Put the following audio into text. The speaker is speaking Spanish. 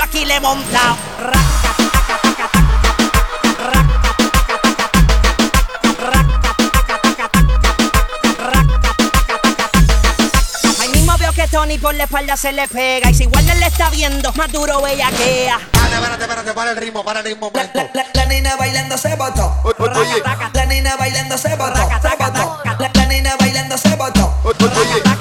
aquí le he montado. Ahí mismo veo que Tony por la espalda se le pega. Y si Warner le está viendo, más duro bellaquea. Espérate, espérate, espérate, para el ritmo, para el ritmo. La, la, la, la nena bailando se botó. Oye, La nena bailando se botó. Taca, se taca, botó. taca. La, la nena bailando se botó. oye, oye.